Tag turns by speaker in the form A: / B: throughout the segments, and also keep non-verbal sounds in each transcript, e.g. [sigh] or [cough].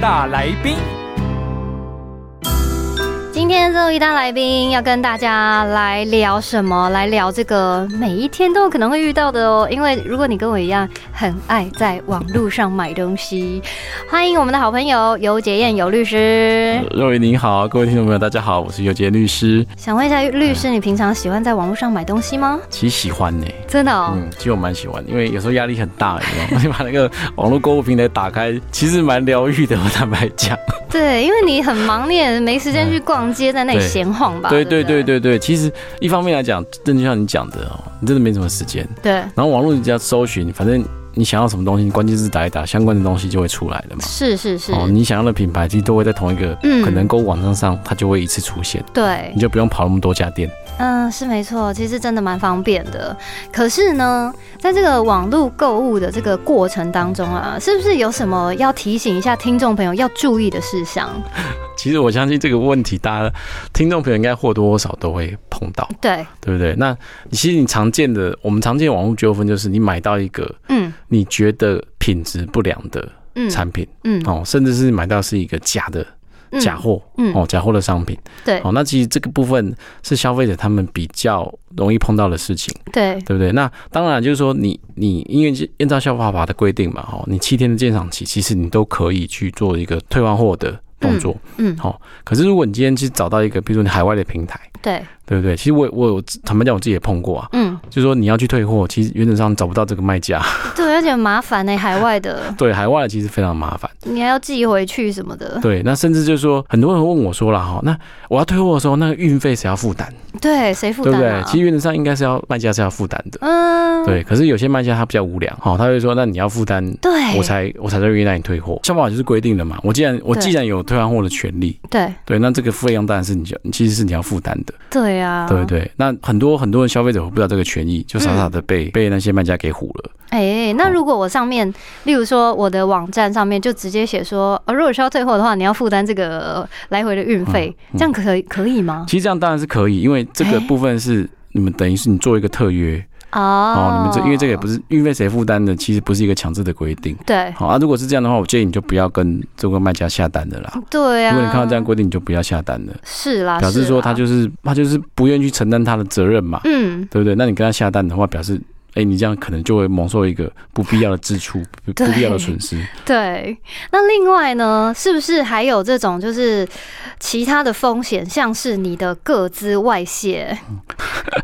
A: 大来宾，
B: 今天 Zoe 大来宾要跟大家来聊什么？来聊这个每一天都有可能会遇到的哦。因为如果你跟我一样很爱在网络上买东西，欢迎我们的好朋友尤杰燕尤律师。
C: 肉呃云您好，各位听众朋友，大家好，我是尤杰律师。
B: 想问一下律师，你平常喜欢在网络上买东西吗？
C: 其实喜欢呢、
B: 真的哦，
C: 嗯，其实我蛮喜欢，因为有时候压力很大，你知道吗？就把那个网络购物平台打开，其实蛮疗愈的。我坦白
B: [laughs]
C: 讲，
B: 对，因为你很忙，你也没时间去逛街，在那里
C: 对
B: 闲晃吧？
C: 对
B: 对
C: 对
B: 不
C: 对对对，其实一方面来讲，真的就像你讲的哦，你真的没什么时间。
B: 对，
C: 然后网络你只要搜寻，反正你想要什么东西，关键字打一打，相关的东西就会出来了嘛。
B: 是是是，
C: 哦，你想要的品牌其实都会在同一个
B: 嗯
C: 可能购物网站上，它就会一次出现，
B: 对
C: 你，就不用跑那么多家店。
B: 嗯，是没错，其实真的蛮方便的。可是呢，在这个网络购物的这个过程当中啊，是不是有什么要提醒一下听众朋友要注意的事项？
C: 其实我相信这个问题，大家听众朋友应该或多或少都会碰到，
B: 对，
C: 对不对？那其实你常见的，我们常见的网络纠纷就是你买到一个
B: 嗯
C: 你觉得品质不良的
B: 嗯
C: 产品、
B: 嗯
C: 哦，甚至是买到是一个假的
B: 嗯
C: 假货、
B: 嗯
C: 哦，假货的商品
B: 对
C: 哦。那其实这个部分是消费者他们比较容易碰到的事情，
B: 对
C: 对不对？那当然就是说你，你因为按照消法法的规定嘛，哦，你七天的鉴赏期，其实你都可以去做一个退换货的动作。
B: 嗯
C: 好、可是如果你今天去找到一个，比如说你海外的平台，
B: 对
C: 对不对？其实我也我有坦白讲，我自己也碰过啊，
B: 嗯
C: 就是说你要去退货，其实原则上找不到这个卖家， [laughs]
B: 对，而且很麻烦呢、海外的
C: 对海外的其实非常
B: [laughs]
C: 麻烦。
B: 你还要寄回去什么的。
C: 对，那甚至就是说，很多人问我说了哈，那我要退货的时候，那个运费谁要负担，
B: 对，谁负
C: 对
B: 担
C: 不对
B: 啊？？
C: 其实原则上应该是要卖家是要负担的，
B: 嗯，
C: 对。可是有些卖家他比较无良，哈、他会说，那你要负担。
B: 对，
C: 我才我才愿意让你退货，消保法就是规定的嘛。我既然我
B: 对
C: 既然有退换货的权利，
B: 对
C: 对，那这个费用当然是你就其实是你要负担的。
B: 对啊，
C: 对对，那很多很多人消费者会不知道这个权益，就傻傻的
B: 嗯
C: 被、被那些卖家给唬了。
B: 哎、那
C: 哦
B: 如果我上面，例如说我的网站上面就直接写说，呃，如果需要退货的话，你要负担这个呃来回的运费，
C: 嗯
B: 这样可以可以吗？
C: 其实这样当然是可以，因为这个
B: 哦哎
C: 部分是你们等于是你做一个特约
B: 哦，
C: 哦，你们这因为这个也不
B: 是
C: 是运费谁负担的，其实不是一个强制的规定。
B: 对
C: 好啊，如果是这样的话，我建议你就不要跟这个卖家下单的啦。
B: 对啊，
C: 如果你看到这样规定，你就不要下单了，
B: 是啦，
C: 表示说
B: 是啦啊
C: 他就是他就是不愿意去承担他的责任嘛，
B: 嗯，
C: 对不对？那你跟他下单的话，表示。哎、你这样可能就会蒙受一个不必要的支出、不
B: 对
C: 不必要的损失。
B: 对。那另外呢，是不是还有这种就是其他的风险，像是你的个资外泄？
C: [laughs]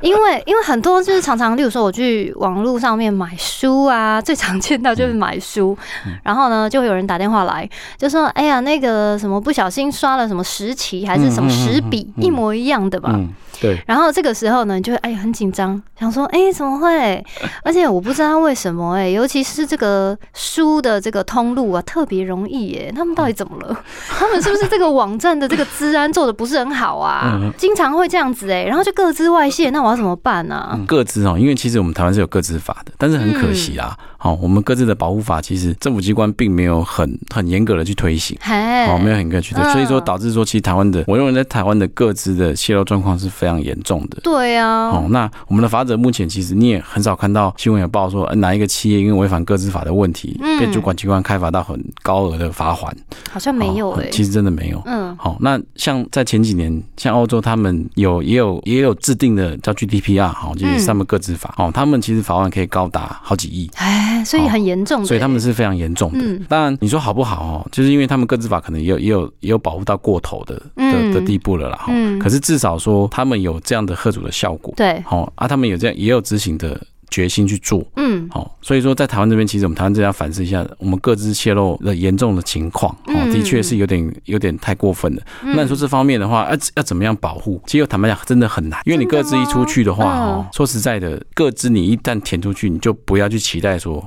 B: 因为因为很多就是常常，例如说我去网络上面买书啊，最常见到
C: 嗯
B: 就是买书，然后呢就会有人打电话来，就说哎呀那个什么不小心刷了什么十期还是什么
C: 嗯嗯嗯
B: 十笔
C: 嗯
B: 一模一样的吧。
C: 嗯，对。
B: 然后这个时候呢，你就会哎很紧张，想说哎怎么会？ [laughs] 而且我不知道为什么哎，尤其是这个书的这个通路啊，特别容易耶。他们到底怎么了？ [laughs] 他们是不是这个网站的这个治安做的不是很好啊
C: 嗯？
B: 经常会这样子哎，然后就各自外泄，那我要怎么办呢、啊？
C: 各自哦，因为其实我们台湾是有各自法的，但是很可
B: 嗯
C: 惜啦，哦，我们各自的保护法其实政府机关并没有很很严格的去推行。
B: 嘿，
C: 哦，没有很严格去推
B: 嗯
C: 行，所以说导致说，其实台湾的，我认为在台湾的各自的泄露状况是非常严重的。
B: 对
C: 哦
B: 啊，，
C: 那我们的法者目前其实你也很少看到新闻有报说呃哪一个企业因为违反各自法的问题，
B: 嗯
C: 被主管机关开罚到很高额的罚款。
B: 好像没有
C: 哦
B: 哎。
C: 其实真的没有。
B: 嗯，
C: 好、那像在前几年，像欧洲他们有也有也有制定的叫 GDPR，好、就
B: 嗯
C: 是他们各自法，哦，他们其实法案可以高达好几亿。
B: 哎，所以很严重的耶，
C: 所以他们是非常严重的。
B: 嗯
C: 当然，你说好不好哦？就是因为他们各自法可能也有也有也有保护到过头的的的
B: 嗯
C: 地步了啦。哈、
B: 嗯
C: 可是至少说他们有这样的贺主的效果。
B: 哎对，
C: 好、啊，他们有这样也有执行的决心去做。
B: 嗯，
C: 好、所以说在台湾这边，其实我们台湾这边要反思一下，我们各自泄露的严重的情况，哦
B: 嗯，
C: 的确是有点有点太过分了。
B: 嗯
C: 那你说这方面的话，要啊要怎么样保护？其实坦白讲，真的很难，因为你
B: 真的
C: 各自一
B: 吗
C: 出去的话，
B: 嗯 [laughs]
C: 哦，说实在的，各自你一旦填出去，你就不要去期待说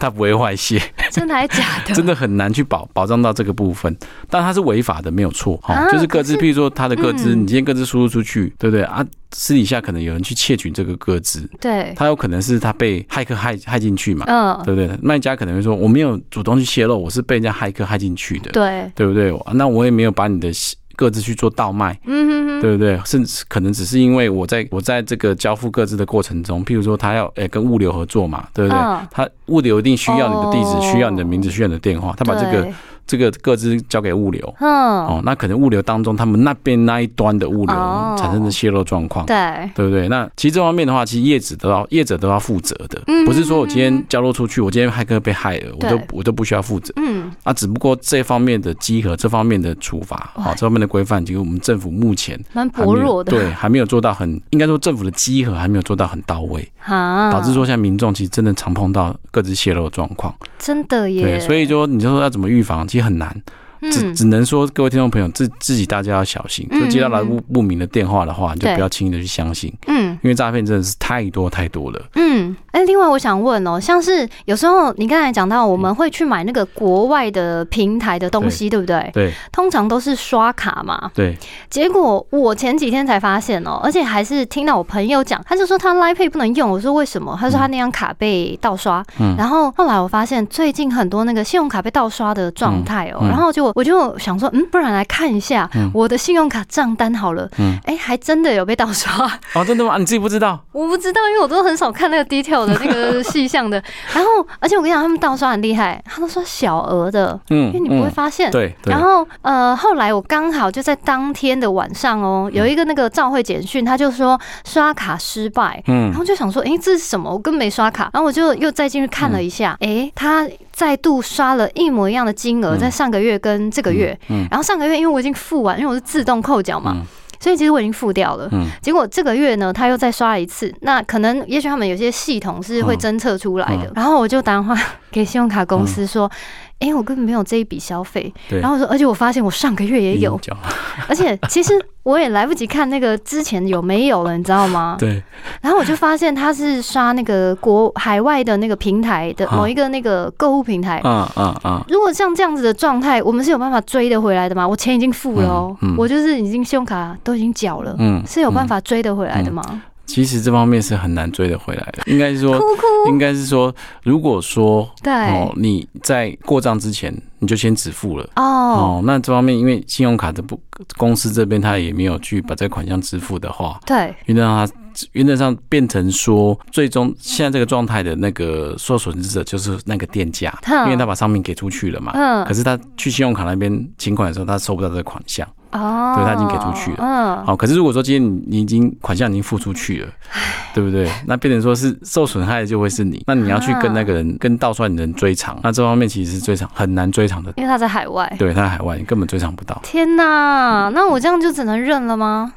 C: 它不会外泄，
B: 真的还是假的？
C: [laughs] 真的很难去保保障到这个部分。但它是违法的，没有错哈、
B: 啊
C: 就是各自，
B: 可
C: 譬如说它的各自，
B: 嗯
C: 你今天各自输入出去，对不对啊？私底下可能有人去窃取这个各自，
B: 对，
C: 它有可能是它被骇客害害进去嘛，
B: 嗯，
C: 对不对？卖家可能会说我没有主动去泄露，我是被人家骇客害进去的，
B: 对，
C: 对不对？那我也没有把你的各自去做倒卖。
B: 嗯哼哼，
C: 对不对？甚至可能只是因为我在我在这个交付各自的过程中，譬如说他要诶、跟物流合作嘛，对不对？
B: 嗯
C: 他物流一定需要你的地址，
B: 哦
C: 需要你的名字，需要你的电话，他把这个
B: 对，
C: 这个各自交给物流。
B: 嗯，
C: 哦，那可能物流当中，他们那边那一端的物流
B: 哦
C: 产生的泄漏状况，
B: 对，
C: 对不对？那其实这方面的话，其实业者都要业者都要负责的
B: 嗯，
C: 不是说我今天交落出去，我今天骇客被害了，我都
B: 对
C: 我都不需要负责。
B: 嗯，
C: 啊，只不过这方面的稽核、这方面的处罚、哦
B: 哇
C: 好、这方面的规范，就是我们政府目前
B: 蛮
C: 还没
B: 薄
C: 有
B: 弱的，
C: 对，还没有做到很，应该说政府的稽核还没有做到很到位，
B: 啊，
C: 导致说现在民众其实真的常碰到各自泄露的状况。
B: 真的耶，
C: 对，所以说你就说要怎么预防，其实很难，只
B: 嗯，
C: 只能说各位听众朋友自自己大家要小心，
B: 嗯
C: 就接到来
B: 嗯
C: 不不明的电话的话，你就
B: 对
C: 不要轻易的去相信，
B: 嗯。
C: 因为诈骗真的是太多太多了。
B: 嗯，哎、另外我想问哦，像是有时候你刚才讲到，我们会去买那个国外的平台的东西，对不对？
C: 嗯对
B: 通常都是刷卡嘛。
C: 对，
B: 结果我前几天才发现哦，而且还是听到我朋友讲，他就说他 Line Pay 不能用，我说为什么？他说他那张卡被盗刷，
C: 嗯
B: 然后后来我发现最近很多那个信用卡被盗刷的状态哦，
C: 嗯嗯
B: 然后就我就想说，嗯，不然来看一下
C: 嗯
B: 我的信用卡账单好了，
C: 嗯
B: 哎、还真的有被盗刷， [laughs]
C: 哦，真的吗？你自己不知道？
B: 我不知道，因为我都很少看那个 detail 的那个细项的，然后而且我跟你讲，他们盗刷很厉害，他都说小额的，
C: 嗯
B: 因为你不会发现，
C: 对对
B: 然，后呃，后来我刚好就在当天的晚上哦，
C: 嗯
B: 有一个那个照会简讯，他就说刷卡失败。
C: 嗯
B: 然后就想说，诶，这是什么？我根本没刷卡。然后我就又再进去看了一下，诶，他再度刷了一模一样的金额，
C: 嗯
B: 在上个月跟这个月。
C: 嗯嗯
B: 然后上个月因为我已经付完，因为我是自动扣缴嘛，
C: 嗯
B: 所以其实我已经付掉了。
C: 嗯
B: 结果这个月呢，他又再刷了一次。那可能也许他们有些系统是会
C: 嗯
B: 侦测出来的。然后我就打电话给信用卡公司
C: [laughs]
B: 说：“诶，我根本没有这一笔消费。”
C: 对
B: 然后我说：“而且我发现我上个月也有
C: 嗯，讲
B: [laughs] 而且其实我也来不及看那个之前有没有了，你知道吗？”
C: [laughs] 对，
B: 然后我就发现他是刷那个国海外的那个平台的
C: 啊
B: 某一个那个购物平台。
C: 啊啊啊，
B: 如果像这样子的状态，我们是有办法追得回来的吗？我钱已经付了哦，
C: 嗯嗯
B: 我就是已经信用卡都已经缴了，
C: 嗯，
B: 是有办
C: 嗯
B: 法追得回来的吗？
C: 其实这方面是很难追得回来的，应该是说，
B: 哭哭，
C: 应该是说，如果说
B: 对，
C: 哦，你在过账之前你就先止付了。
B: 哦，
C: 哦，那这方面因为信用卡的不公司这边他也没有去把这个款项支付的话，
B: 对，
C: 原则上它原则上变成说，最终现在这个状态的那个受损者就是那个店家，
B: 哼
C: 因为他把商品给出去了嘛，
B: 嗯
C: 可，是他去信用卡那边请款的时候，他收不到这个款项。
B: 哦，
C: 对他已经给出去了
B: 嗯，
C: 哦好，可是如果说今天你你已经款项已经付出去了，对不对？那变成说是受损害的就会是你，那你要去跟那个人、跟盗刷你的人追偿，那这方面其实是追偿很难追偿的。
B: 因为他在海外。
C: 对，嗯他在海外你根本追偿不到。
B: 天哪，那我这样就只能认了吗？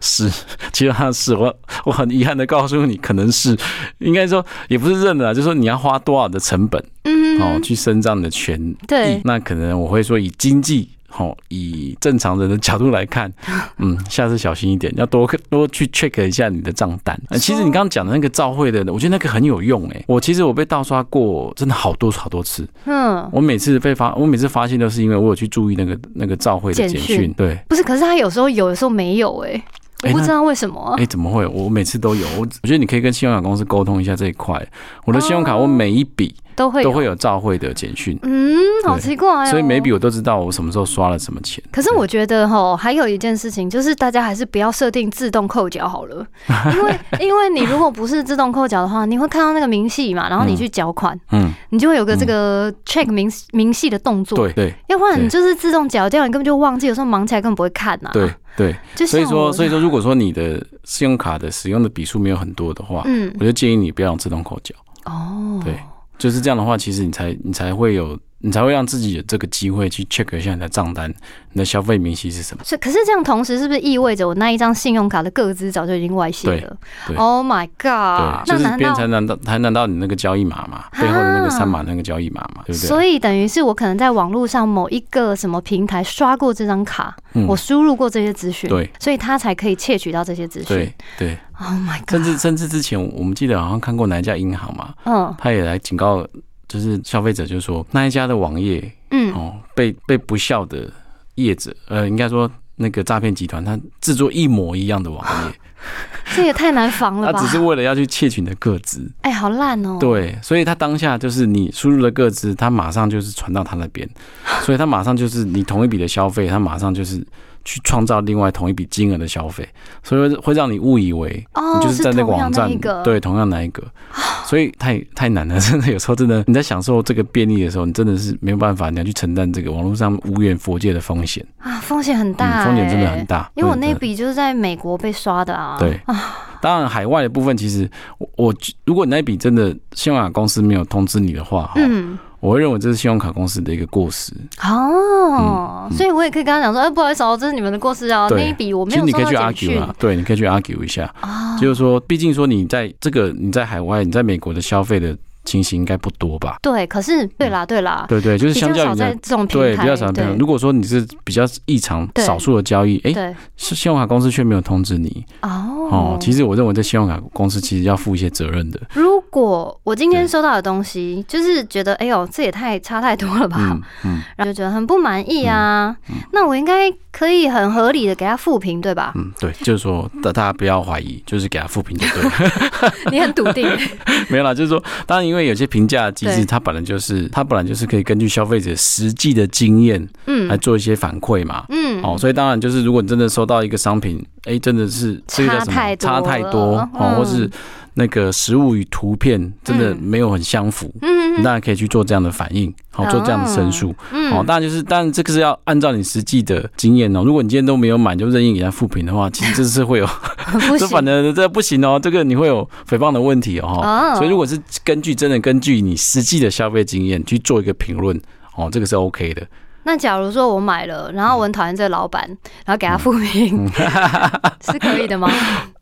C: 是，其实他是我，我很遗憾的告诉你，可能是应该说也不是认了啦，就是说你要花多少的成本
B: 嗯，
C: 哦，去伸张你的权益
B: 对。
C: 那可能我会说以经济。哦，以正常人的角度
B: [laughs]
C: 来看，嗯，下次小心一点，要多多去 check 一下你的账单。呃其实你刚刚讲的那个照会的，我觉得那个很有用诶、我其实我被盗刷过，真的好多好多次。
B: 嗯，
C: 我每次被发，我每次发现都是因为我有去注意那个那个照会的
B: 简
C: 简
B: 讯
C: 讯。对，
B: 不是，可是他有时候有，有时候没有、哎、我
C: 哎
B: 不知
C: 那
B: 道为什么
C: 哎、。怎么会？我每次都有。我我觉得你可以跟信用卡公司沟通一下这一块。我的信用卡，
B: 哦
C: 我每一笔
B: 都会有
C: 都会有照会的简讯，
B: 嗯，好奇怪、哦。
C: 所以每一笔我都知道我什么时候刷了什么钱。
B: 可是我觉得哈，还有一件事情就是，大家还是不要设定自动扣缴好了，因为因为你如果不是自动扣缴的话，你会看到那个明细嘛，然后你去缴款，
C: 嗯，
B: 你就会有个这个 check 明明细的动作。
C: 对对
B: 要不然你
C: 对
B: 就是自动缴掉，你根本就忘记，有时候忙起来根本不会看呐、
C: 对，对，
B: 就
C: 所以说所以
B: 说，
C: 说，如果说你的信用卡的使用的笔数没有很多的话，
B: 嗯，
C: 我就建议你不要用自动扣缴。
B: 哦，
C: 对，就是这样的话，其实你才你才会有你才会让自己有这个机会去 check 一下你的账单，你的消费明细是什么。
B: 是，可是这样同时是不是意味着我那一张信用卡的个资早就已经外泄了
C: 对对
B: ？Oh my
C: 对，
B: god！
C: 就
B: 那
C: 是
B: 难
C: 别
B: 道
C: 人
B: 啊
C: 才难到才难到你那个交易码嘛，背后的那个三码那个交易码嘛，对不对？
B: 所以等于是我可能在网络上某一个什么平台刷过这张卡，
C: 嗯
B: 我输入过这些资讯，
C: 对，
B: 所以他才可以窃取到这些资讯。
C: 对对，
B: Oh my
C: 甚
B: god！
C: 至甚至之前我们记得好像看过哪一家银行嘛，
B: 嗯
C: 他也来警告，就是消费者就说那一家的网页
B: 嗯，
C: 哦被被不孝的业者，呃，应该说那个诈骗集团他制作一模一样的网
B: [gasps]
C: 页，
B: 这也太难防了
C: 他
B: 吧
C: 只？是为了要去窃取你的个资，
B: 哎，好烂哦！，
C: 对，所以他当下就是你输入了个资，他马上就是传到他那
B: [laughs]
C: 边，所以他马上就是你同一笔的消费，他马上就是去创造另外同一笔金额的消费，所以会让你误以为
B: 哦
C: 你就是在那个
B: 是同样
C: 网站
B: 那一个啊
C: 对同样那一个，所以太太难了， [laughs] 真的有时候真的你在享受这个便利的时候，你真的是没有办法，你要去承担这个网络上无缘佛界的风险，
B: 啊，风险很大、
C: 嗯，
B: 哎
C: 风险真的很。大，
B: 因为我那
C: 对
B: 笔就是在美国被刷的啊，
C: 对
B: 啊， [laughs]
C: 当然，海外的部分其实我我如果你那笔真的信用卡公司没有通知你的话，哈
B: 嗯，
C: 我会认为这是信用卡公司的一个过失。
B: 哦，所以我也可以跟他讲说，哎，不好意思哦，这是你们的过失啊，
C: 嗯对
B: 那一笔我没
C: 其实
B: 有
C: 你
B: 收
C: 可以
B: 到
C: 去
B: 简
C: argue
B: 讯
C: 啊，对，你可以去 argue 一下，
B: 啊，
C: 就是说，毕竟说你在这个你在海外，你在美国的消费的情形应该不多吧？
B: 对，可是对啦，对啦，
C: 对嗯对，就是
B: 比较
C: 相较
B: 少
C: 于
B: 在
C: 的。
B: 这种平
C: 对，
B: 台，
C: 比较少的朋友。
B: 对
C: 如果说你是比较异常
B: 对
C: 少数的交易，哎，
B: 对
C: 是信用卡公司却没有通知你
B: 哦
C: 哦。其实我认为这信用卡公司其实要负一些责任的。
B: 如果我今天
C: 对
B: 收到的东西，就是觉得哎呦，这也太差太多了吧，
C: 嗯嗯，
B: 然后就觉得很不满意啊，那我应该可以很合理的给他复评，对吧？
C: 嗯，对，就是说大大家不要怀疑，就是给他复评就对了。 [laughs] 嗯
B: 你很笃定，
C: 没有啦，就是说，当然因为有些评价机
B: 对
C: 制，它本来就是它本来就是可以根据消费者实际的经验来
B: 嗯
C: 做一些反馈嘛。
B: 嗯，
C: 哎哦，所以当然就是，如果你真的收到一个商品，哎，真的是这个叫什
B: 差太
C: 么
B: 多了
C: 差太多哦
B: 嗯，
C: 或是那个实物与图片真的没有很相符，
B: 嗯
C: 你当然可以去做这样的反应，好、
B: 哦
C: 做这样的申诉。哦，
B: 嗯，
C: 当然就是，当然这个是要按照你实际的经验哦。如果你今天都没有买，就任意给他复评的话，其实这是会有
B: [laughs] 不
C: 这
B: 行
C: 反正这不行哦，这个你会有诽谤的问题哦。
B: 哦
C: 所以如果是根据真的根据你实际的消费经验去做一个评论。哦，这个是
B: [laughs]
C: OK 的，
B: 那假如说我买了，然后我很讨厌这个老板，然后给他复
C: 嗯
B: 评， [laughs] 是可以的
C: [laughs]
B: 吗？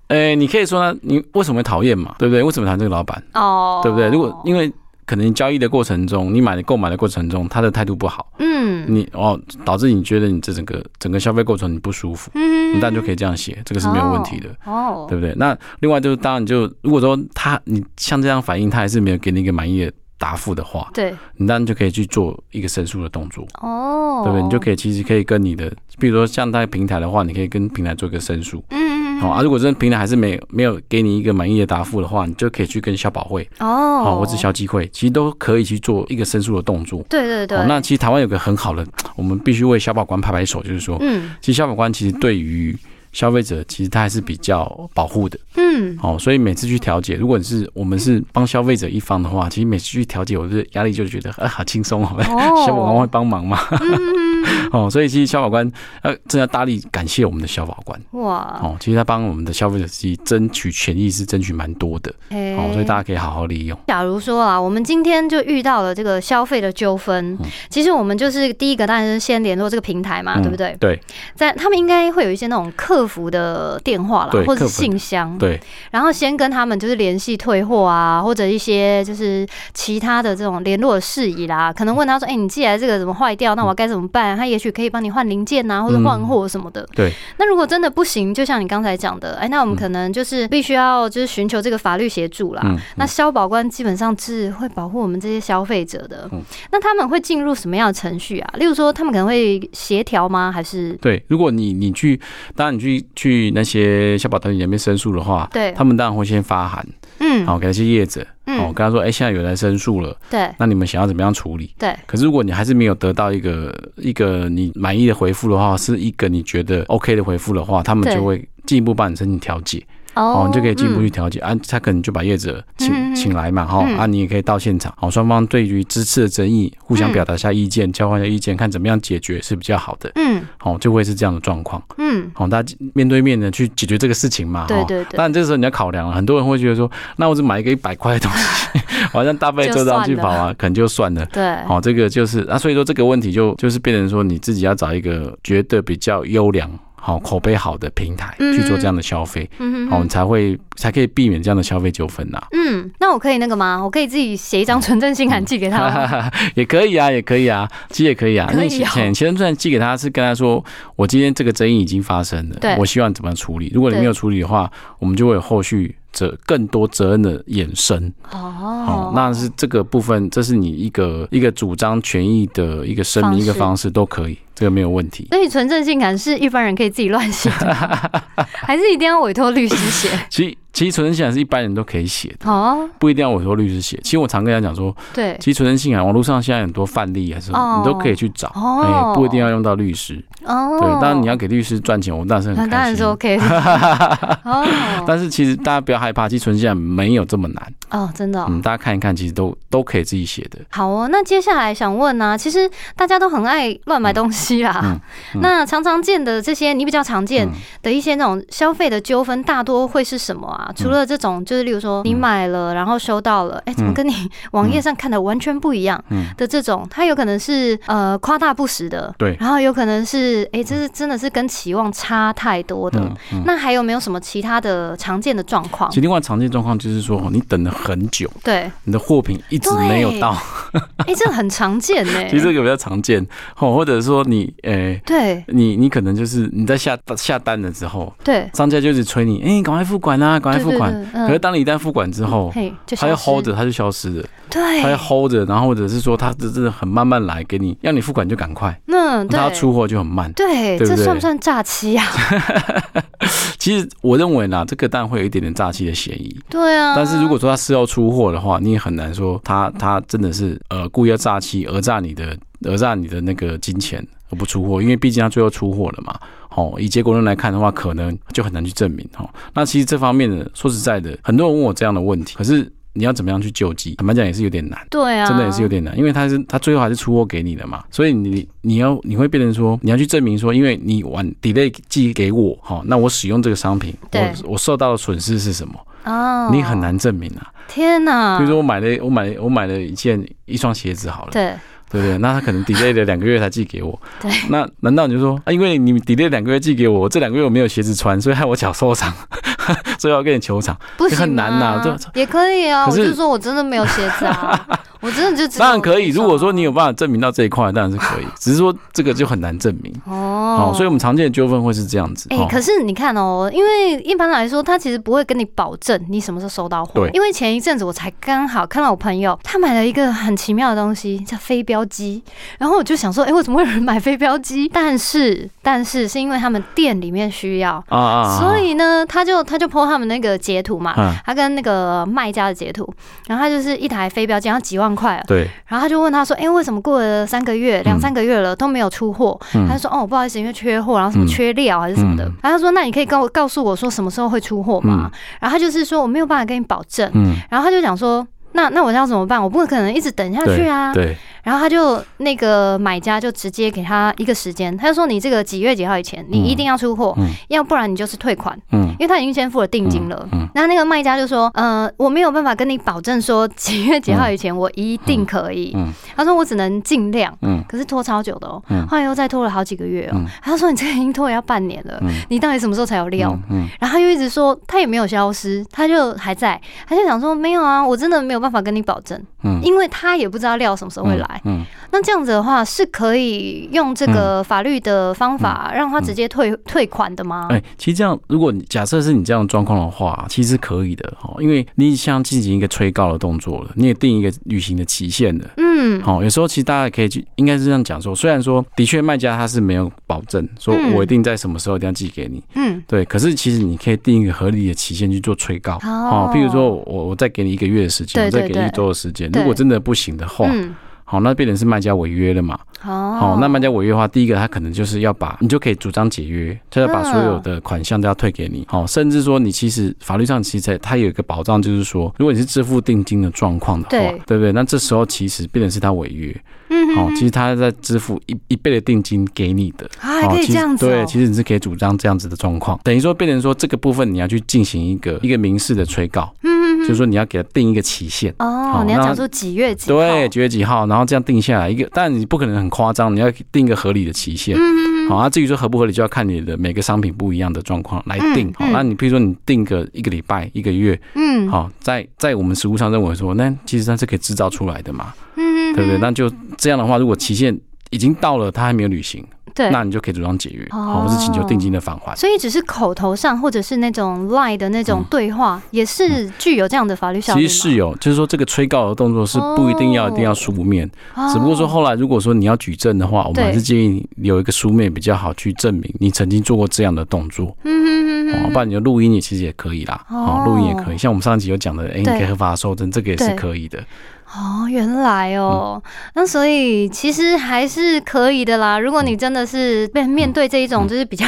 C: 诶、哎你可以说呢，你为什么会讨厌嘛，对不对？为什么讨厌这个老板，
B: 哦，
C: 对不对？如果因为可能交易的过程中，你买的购买的过程中，他的态度不好，
B: 嗯
C: 你哦导致你觉得你这整个整个消费过程你不舒服，
B: 嗯
C: 你当然就可以这样写，这个是没有问题的。
B: 哦，
C: 对不对？那另外就是，当然就如果说他你像这样反应，他还是没有给你一个满意的答复的话，
B: 对
C: 你当然就可以去做一个申诉的动作，
B: 哦，
C: 对不对？你就可
B: 以
C: 以其实可以跟你的，比如说像在平台的话，你可以跟平台做一个申诉。
B: 嗯
C: 好、啊，如果真的平台还是没有没有给你一个满意的答复的话，你就可以去跟消保会，
B: 哦，
C: 好、或者消基会，其实都可以去做一个申诉的动作。
B: 对对对，
C: 哦那其实台湾有个很好的，我们必须为消保官拍拍手，就是说，
B: 嗯
C: 其实消保官其实对于消费者其实他还是比较保护的。 [laughs]
B: 嗯
C: 哦，所以每次去调解，如果你是我们是帮消费者一方的话，其实每次去调解，我的压力就觉得啊好轻松哦，
B: 哦
C: 消保 [laughs] 官会帮忙嘛。
B: 嗯嗯
C: 哦，所以其实消保官呃，真的要大力感谢我们的消保官
B: 嗯哇，
C: 哦，其实他帮我们的消费者其实争取权益是争取蛮多的哦，
B: 哦
C: 所以大家可以好好利用。
B: 假如说啊，我们今天就遇到了这个消费的纠纷，其实我们就是第一个当然是先联络这个平台嘛，
C: 嗯
B: 啊对不对？
C: 对
B: 在他们应该会有一些那种客服的电话啦
C: 对，
B: 或者
C: 客
B: 是
C: 服的
B: 信箱，
C: 对
B: 然后先跟他们就是联系退货啊，或者一些就是其他的这种联络的事宜啦，可能问他说：“哎、你寄来这个怎么坏掉？那我该怎么办？”他也许可以帮你换零件啊，或者换货什么的。
C: 对，
B: 那如果真的不行，就像你刚才讲的，哎、那我们
C: 嗯
B: 可能就是必须要就是寻求这个法律协助啊啦。
C: 嗯，
B: 那消保官基本上是会保护我们这些消费者的。
C: 嗯
B: 那他们会进入什么样的程序啊？例如说，他们可能会协调吗？还是
C: 对，如果你你去，当然你去去那些消保团体里面申诉的话，
B: 对
C: 他们当然会先发函，
B: 嗯
C: 好、给那些业者，哦，
B: 嗯
C: 跟他说，哎、现在有人来申诉了，
B: 对
C: 那你们想要怎么样处理？
B: 对
C: 可是如果你还是没有得到一个一个你满意的回复的话，是一个你觉得 OK 的回复的话，他们
B: 对
C: 就会进一步帮你申请调解哦，你就可以进一步去调解、啊。他可能就把业者
B: 嗯嗯嗯
C: 请请来嘛哈、
B: 嗯
C: 啊，你也可以到现场，好、双方对于这次的争议互相表达一下意见，交换一下意见，看怎么样解决是比较好的。
B: 嗯
C: 好、就会是这样的状况。
B: 嗯嗯，
C: 好、大家面对面的去解决这个事情嘛。
B: 对
C: 哦
B: 对对
C: 当然，这个时候你要考量了，很多人会觉得说，那我只买一个一百块的东西， [laughs] 好像大费周章去跑啊，可能就算了。
B: 对，
C: 好、这个就是啊，所以说这个问题就就是变成说你自己要找一个觉得比较优良、好、口碑好的平台
B: 嗯
C: 去做这样的消费，
B: 嗯哼
C: 好、
B: 哼
C: 你才会才可以避免这样的消费纠纷呐。
B: 嗯，那我可以那个吗？我可以自己写一
C: 哦
B: 张纯正信函寄给他吗？
C: [laughs] 也可以啊，也可以啊，其实也可以啊。
B: 可以
C: 那
B: 哦
C: 以前前段寄给他是跟他说，我今天这个争议已经发生了
B: 对，
C: 我希望怎么样处理。如果你没有处理的话，我们就会有后续责更多责任的衍生。 [laughs] 哦、
B: 哦，
C: 那是这个部分，这是你一个一个主张权益的一个声
B: 方
C: 明，
B: 式
C: 一个方式都可以，这个没有问题。
B: 所以纯正信函是一般人可以自己乱写
C: [laughs]
B: 的吗，还是一定要委托律师写？
C: 其实其实存真信函是一般人都可以写的，
B: 哦，
C: 不一定要我说律师写。其实我常跟他讲说，
B: 对，
C: 其实存真信啊函网络上现在很多范例啊什么，
B: 哦
C: 你都可以去找，
B: 哦
C: 哎，不一定要用到律师。
B: 哦，
C: 对，当然你要给律师赚钱，我当然是
B: 那
C: 很
B: 当
C: 开
B: 然是
C: 心。 [laughs]
B: OK 的哦
C: 但是其实大家不要害怕，寄存现在没有这么难。
B: 哦，真的哦、
C: 嗯，大家看一看，其实都都可以自己写的。
B: 好哦，那接下来想问呢、啊其实大家都很爱乱买东西啦。
C: 嗯嗯
B: [laughs] 那常常见的这些，你比较常见
C: 嗯
B: 的一些那种消费的纠纷，大多会是什么啊？
C: 嗯
B: 除了这种，就是例如说你买了，然后收到了，哎、怎么跟你网页上看的完全不一样
C: 嗯
B: 的这种，它有可能是呃夸大不实的，
C: 对
B: 然后有可能是哎、这是真的是跟期望差太多的。
C: 嗯嗯。
B: 那还有没有什么其他的常见的状况
C: 其？实另外常见状况就是说，哦你等了很久，
B: 对，
C: 你的货品一直没有到，
B: 哎、这个很常见呢、
C: [laughs] 其实这个比较常见。哦，或者说你，诶、
B: 对
C: 你你可能就是你在下下单了之后，
B: 对，
C: 商家就一直催你，哎、赶快付款啊，赶快付款。
B: 对对对嗯
C: 可是当你一旦付款之后，
B: 嘿，就
C: 他就
B: 消失
C: 哦 hold 着，他就消失了，
B: 对，
C: 他就 hold 着，然后或者是说他真的很慢慢来给你，要你付款就赶快，
B: 嗯，对，
C: 那他出货就很慢。
B: 对，
C: 对不
B: 这
C: 对
B: 算不算诈欺啊呀？
C: 其实我认为啦，这个当然会有一点点诈欺的嫌疑。
B: [laughs] 对啊，
C: 但是如果说他事后出货的话，你也很难说他他真的是呃故意要诈欺，讹诈你的讹诈你的那个金钱而不出货，因为毕竟他最后出货了嘛。哦，以结果论来看的话，可能就很难去证明哦。那其实这方面的，说实在的，很多人问我这样的问题，可是你要怎么样去救济？坦白讲也是有点难。
B: 对啊，
C: 真的也是有点难，因为他是他最后还是出货给你的嘛，所以你你要你会变成说你要去证明说，因为你晚 delay 寄给我，好，那我使用这个商品，
B: 对
C: 我我受到的损失是什么，
B: 哦，
C: 你很。难证明啊。
B: 天哪，
C: 比如说我买了我买了我买了一件一双鞋子好了，
B: 对
C: 对不对？那他可能 delay 了两个月才寄给我，
B: [laughs] 对，
C: 那难道你就说啊，因为你 delay 两个月寄给我，我这两个月我没有鞋子穿，所以害我脚受伤， [laughs] 所以我要跟你求偿，
B: 不行啊
C: 很难呐这
B: 也可以啊。我
C: 可是
B: 就说我真的没有鞋子啊，
C: [laughs]
B: 我真的就只有
C: 当然可以。如果说你有
B: 这
C: 办法证明到这一块，当然是可以，只是说这个就很难证明。
B: 双嗯哦
C: 好、，所以我们常见的纠纷会是这样子。
B: 哎、
C: 哦
B: 可是你看哦，因为一般来说，他其实不会跟你保证你什么时候收到货
C: 对。
B: 因为前一阵子我才刚好看到我朋友，他买了一个很奇妙的东西，叫飞镖机。然后我就想说，哎、为什么会有人买飞镖机？ [laughs] 但是，但是是因为他们店里面需要。
C: 啊啊啊
B: 所以啊呢，他就他就 po 他们那个截图嘛，
C: 嗯
B: 他跟那个卖家的截图，然后他就是一台飞镖机，然后几万块哦了，
C: 对
B: 然后他就问他说：“哎、为什么过了三个月、两三个月了都没有出货？”
C: 嗯
B: 他就说：“哦，不好意思，因为缺货，然后什么
C: 嗯
B: 缺料还是什么的。
C: 嗯
B: 然后他说：“那你可以跟我告诉我说什么时候会出货吗？”然后他就是说：“我没有办法跟你保证。
C: 嗯，
B: 然后他就讲说：“那那我要怎么办？我不可能一直等下去啊。”
C: 对
B: 然后他就那个买家就直接给他一个时间，他就说：“你这个几月几号以前，你一定要出货，
C: 嗯
B: 要不然你就是退款。”
C: 嗯
B: 因为他已经先付了定金了。
C: 嗯嗯
B: 那那个卖家就说：“呃，我没有办法跟你保证说几月几号以前我一定可以。
C: 嗯嗯嗯
B: 他说：“我只能尽量。”
C: 嗯
B: 可是拖超久的哦、
C: 嗯
B: 后来又再拖了好几个月哦、
C: 嗯
B: 他说：“你这个已经拖了要半年了，
C: 嗯
B: 你到底什么时候才有料？”
C: 嗯嗯
B: 然后他又一直说他也没有消失，他就还在，他就想说没有啊，我真的没有办法跟你保证，
C: 嗯，
B: 因为他也不知道料什么时候会来。
C: 嗯，
B: 那这样子的话，是可以用这个法律的方法让他直接退、退款的吗
C: 嗯嗯哎、？其实这样，如果你假设是你这样的状况的话，其实是可以的哈，因为你像进行一个催告的动作了，你也定一个履行的期限了。
B: 嗯，
C: 好、有时候其实大家也可以去，应该是这样讲说，虽然说的确卖家他是没有保证，说
B: 嗯
C: 我一定在什么时候一定要寄给你，
B: 嗯，
C: 对，可是其实你可以定一个合理的期限去做催告，
B: 哦
C: 譬如说我我再给你一个月的时间，
B: 对
C: 我
B: 对
C: 再给你一周的时间，
B: 对
C: 如果真的不行的话，
B: 嗯，
C: 好，那变成是卖家违约了嘛？
B: 哦，
C: 好，那卖家违约的话，第一个他可能就是要把你就可以主张解约，他要把
B: 嗯
C: 所有的款项都要退给你，好，甚至说你其实法律上其实它有一个保障，就是说如果你是支付定金的状况的话，
B: 对
C: 对不对？那这时候其实变成是他违约，
B: 嗯
C: 好，
B: 哼
C: 其实他在支付一一倍的定金给你的，
B: 啊，还可以
C: 其
B: 这
C: 实
B: 样子、哦，嗯
C: 对，其实你是可以主张这样子的状况，等于说变成说这个部分你要去进行一个一个民事的催告。
B: 嗯嗯
C: 就是说你要给它定一个期限。
B: 哦
C: 好，
B: 你要
C: 那
B: 讲出几月几号？
C: 对，几月几号，然后这样定下来一个，但你不可能很夸张，你要定一个合理的期限。
B: 嗯，嗯
C: 好，那、至于说合不合理，就要看你的每个商品不一样的状况来定。
B: 嗯
C: 好，
B: 嗯
C: 那你比如说你定个一个礼拜、一个月，
B: 嗯，
C: 好，在在我们实物上认为说，那其实它是可以制造出来的嘛，
B: 嗯，嗯，
C: 对不对？
B: 嗯
C: 那就这样的话，如果期限已经到了，它还没有履行，
B: 对，
C: 那你就可以主张解约，
B: 哦
C: 好，或是请求定金的返还。
B: 所以只是口头上或者是那种 lie 的那种对话，也是具有这样的法律效力
C: 嗯其
B: 吗。
C: 实是有，就是说这个催告的动作是不一定要、
B: 哦
C: 一定要书面，
B: 哦，
C: 只不过说后来如果说你要举证的话，我们
B: 对
C: 还是建议你有一个书面比较好去证明你曾经做过这样的动作。
B: 嗯，嗯嗯
C: 哦，
B: 嗯
C: 不然你的录音也其实也可以啦，
B: 哦
C: 哦，录音也可以。像我们上一集有讲的，哎，你可以合法收证，这个也是
B: 对
C: 可以的。
B: 哦，原来哦，
C: 嗯
B: 那所以其实还是可以的啦。如
C: 嗯
B: 果你真的是被面对这一种就是比较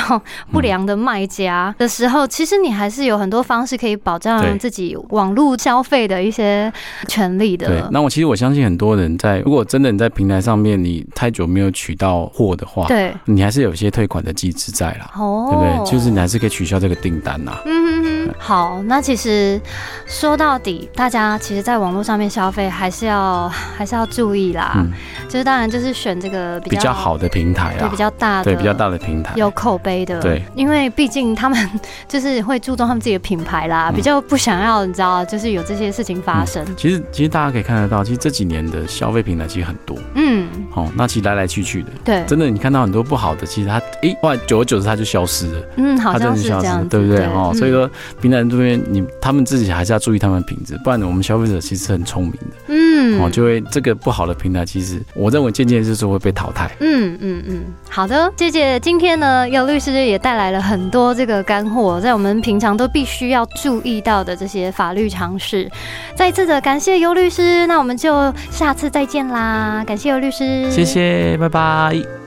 B: 不良的卖家的时候，其实你还是有很多方式可以保障
C: 嗯对
B: 自己网络消费的一些权利
C: 对
B: 的，。
C: 那我其实我相信很多人在，如果真的你在平台上面你太久没有取到货的话，
B: 对，
C: 你还是有一些退款的机制在啦，
B: 哦，
C: 对不对？就是你还是可以取消这个订单呐。
B: 嗯哼哼，好，那其实说到底，大家其实在网络上面消费还是要还是要注意啦，
C: 嗯，
B: 就是当然就是选这个比较
C: 比较好的平台
B: 对
C: 啊
B: 比，较大的
C: 对比较大的平台，
B: 有口碑的，
C: 对，
B: 因为毕竟他们就是会注重他们自己的品牌啦，
C: 嗯
B: 比较不想要你知道，就是有这些事情发生，
C: 其实其实大家可以看得到，其实这几年的消费平台其实很多，
B: 嗯，
C: 哦，那其实来来去去的，
B: 对，
C: 真的你看到很多不好的，其实它，诶，后来久而久之它就消失了。
B: 嗯，好
C: 它真
B: 像
C: 的
B: 是
C: 消
B: 这
C: 失
B: 样子，
C: 对不对？哦，
B: 嗯
C: 所以说平台这边你他们自己还是要注意他们的品质，不然我们消费者其实很聪明的，
B: 嗯，
C: 哦，就会这个不好的平台，其实我认为渐渐就是会被淘汰。
B: 嗯嗯嗯，好的，姐姐，今天呢，姚律师也带来了很多这个干货，在我们平常都必须要注意到的这些法律常识。再一次的感谢尤律师，那我们就下次再见啦，感谢尤律师，
C: 谢谢，拜拜。